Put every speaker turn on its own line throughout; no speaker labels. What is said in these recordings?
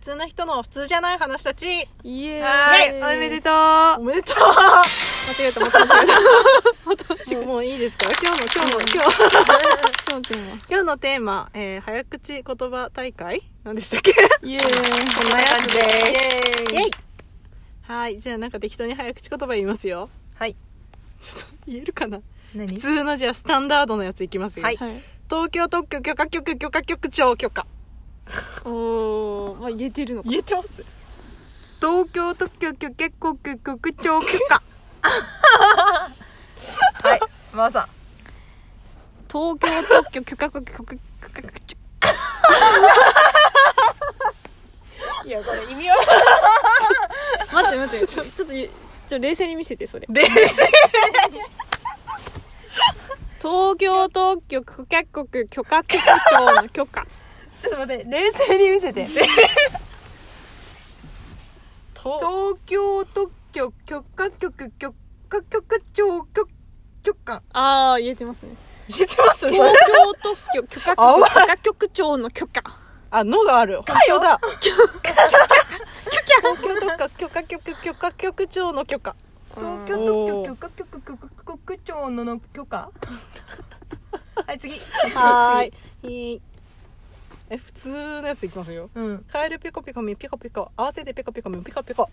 通な人の普通じゃない話たち。
イエーイ
はい、おめでとう。
おめでとう間違えた、間違えた。もうもういいですか今日の、今日の、今日、
今日のテーマ
今日のテーマ、えー、早口言葉大会何でしたっけ
イエーイ
こんなやつです。
イ
イェイはい、じゃあなんか適当に早口言葉言いますよ。
はい。
ちょっと言えるかな
何
普通のじゃあスタンダードのやついきますよ。
はい
はい
東京特許許可局許可局長許可。
おーまあ言えてるのか
言えてます東京特許許可局局長許 可。
はい、まーさん。
東京特許許可局局局局
いや、これ意味は。
待って待って ちょちょっとゆちょ冷静に見せてそれ
冷静
東京特許許可局許可局長の許可
ちょっと待って、冷静に見せて。
と
東京特許許可局許可局長許許可。
ああ言えてますね
言えてますそれ
東京特許許可局許可局長の許可
あ、のがある。本当だ。東京特許許可局許可局長の許可。
東京特許許可局許可局長のの許可。はい、次。
はーい。え、普通のやついきますよ。
うん。
カエルピコピコミピコピコ合わせてピコピコミピコピコ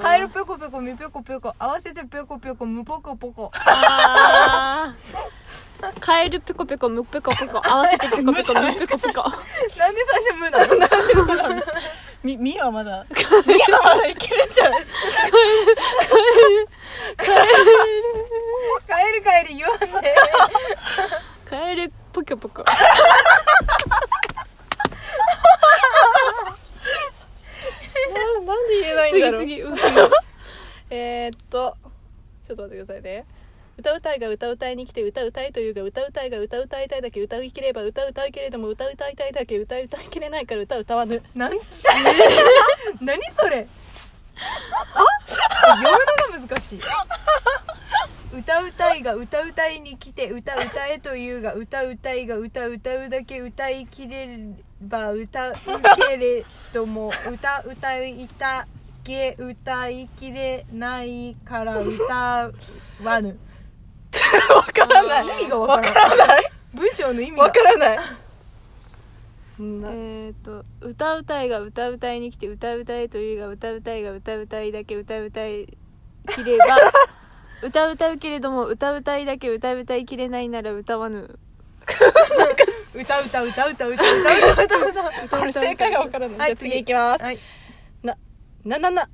カエルペコペコミペコペコ合わせてペコペコムポコポコ。
あー カエルペコペコムペコペコ合わせてペコペコムペコペ コ
なんで最初無なの？なんで
みみはまだみはまだいけるんじゃない
カエルカエル言わんね。
カエルポキョポコ
ななんで言えないん
次
だろう
次
えー、っとちょっと待ってくださいね歌うたいが歌うたいに来て歌うたいというが歌うたいが歌うたいたいだけ歌いきれば歌うたいけれども歌うたいたいだけ歌い歌いきれないから歌うたわぬ
なんちゃ。何それ。あ？読むのが難しい。歌うたいが歌うたいに来て歌うたえというが歌うたいが歌う歌うだけ歌いきれば歌うけれども歌うたいたけ歌いきれないから歌わぬ
わからない
意味がわ
わ
か
かららない
文章の意味 が
わからない
えっと歌うたいが歌うたいに来て歌うたいというが歌うたいが歌うたいだけ歌うたいきれば歌うたうけれども歌うたいだけ歌うたいきれないなら歌わぬ
歌うたうたうたうたうたうたうたう た
これ正解がわからない、
はい
じゃあ次いきます
はい
ななな、ん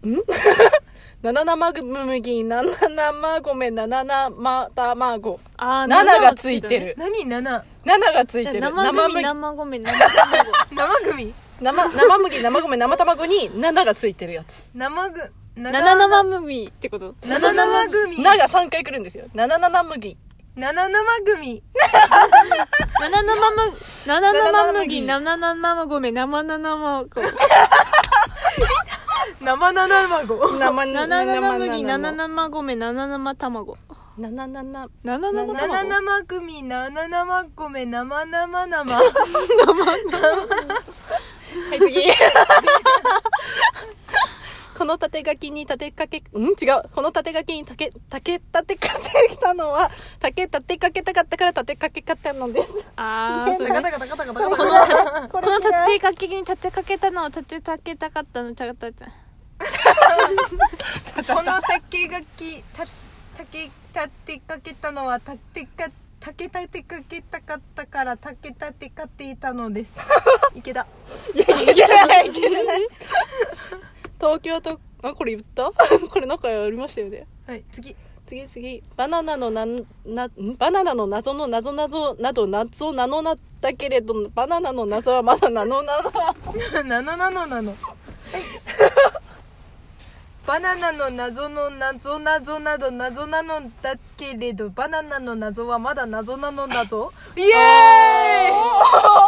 なななまぐむぎ、なななまごめ、なななまたまご。
あー
7がついてる。
何七
7がついてる。
生
む
麦
ぎ、
生米生卵
生組
生、生麦、生米、生卵に7がついてるやつ。
生ぐ
七生麦ってこと
七生組
なが3回来るんですよ。なななな麦。
七生組
七生む七生麦
七
七生米生生米
生七生ご
なま
七生麦七生米七生卵
なななな。
七生
七
卵
生組七生米生生生
はい、次。この縦書きに立てかけ、うん違う。この縦書きに竹、竹立てかけたのは、竹立てかけたかったから立てかけかったのです。
ああそう
タ
ね
カタカタカタカタ
こ
カ
の
タ
たこの立てかけに立てかけたのを立てかけたかったのちゃかたちゃ
この竹垣た竹立てかけたのは竹か竹立てかけたかったから竹立てかっていたのですいけた
いや、いけない、いけない。東京と、あ、これ言ったこれなんかやりましたよね。
はい次
次次バナナのなんな、んバナナの謎の謎謎など謎なのなったけれど、バナナの謎はまだなのなの。
なのなのなの。バナナの謎の謎謎など謎なのだけれどバナナの謎はまだ謎なの謎イエーイ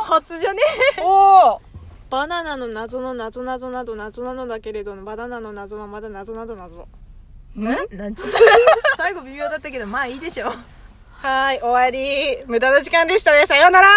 初じゃね
おお
バナナの謎の謎謎など謎なのだけれどバナナの謎はまだ謎など謎
んなんち ょっと最後微妙だったけどまあいいでしょう
はーい、終わり。無駄な時間でしたね。さようなら